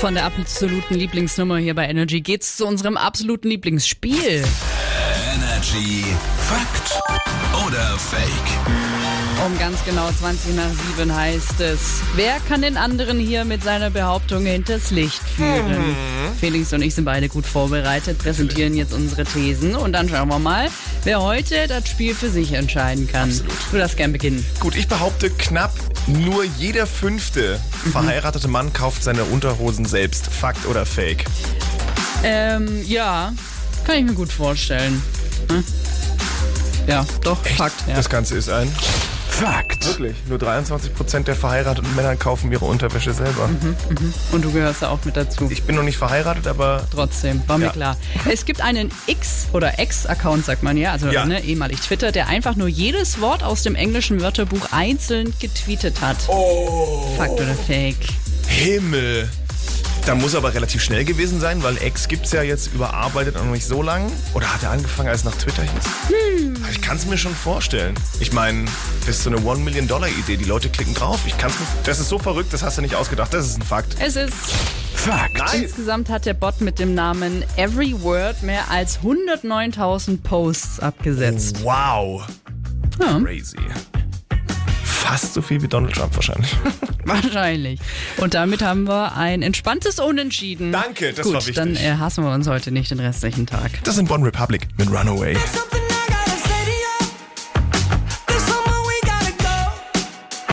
Von der absoluten Lieblingsnummer hier bei Energy geht's zu unserem absoluten Lieblingsspiel. Energy Fakt oder Fake? Um ganz genau 20 nach 7 heißt es. Wer kann den anderen hier mit seiner Behauptung hinters Licht Mhm. führen? Felix und ich sind beide gut vorbereitet, präsentieren jetzt unsere Thesen und dann schauen wir mal, wer heute das Spiel für sich entscheiden kann. Du darfst gern beginnen. Gut, ich behaupte knapp nur jeder fünfte Mhm. verheiratete Mann kauft seine Unterhosen selbst. Fakt oder Fake? Ähm, ja, kann ich mir gut vorstellen. Hm? Ja, doch, Fakt. Ja. Das Ganze ist ein. Fakt. Wirklich. Nur 23% der verheirateten Männer kaufen ihre Unterwäsche selber. Mhm. Und du gehörst da auch mit dazu. Ich bin noch nicht verheiratet, aber Trotzdem, war mir Ja. klar. Es gibt einen X- oder X-Account, sagt man ja, also Ja. Ne, ehemalig Twitter, der einfach nur jedes Wort aus dem englischen Wörterbuch einzeln getweetet hat. Oh. Fakt oder Fake? Himmel. Da muss er aber relativ schnell gewesen sein, weil Ex gibt's ja jetzt überarbeitet und noch nicht so lang. Oder hat er angefangen, als es nach Twitter hieß? Aber Ich kann's mir schon vorstellen. Ich meine, das ist so eine One-Million-Dollar-Idee. Die Leute klicken drauf. Ich kann's mir. Das ist so verrückt, das hast du nicht ausgedacht. Das ist ein Fakt. Es ist, Fakt. insgesamt hat der Bot mit dem Namen Every Word mehr als 109.000 Posts abgesetzt. Wow. Ja. Crazy. Fast so viel wie Donald Trump wahrscheinlich. Wahrscheinlich. Und damit haben wir ein entspanntes Unentschieden. Danke, das Gut, war wichtig. dann äh, hassen wir uns heute nicht den restlichen Tag. Das sind Bonn Republic mit Runaway. Something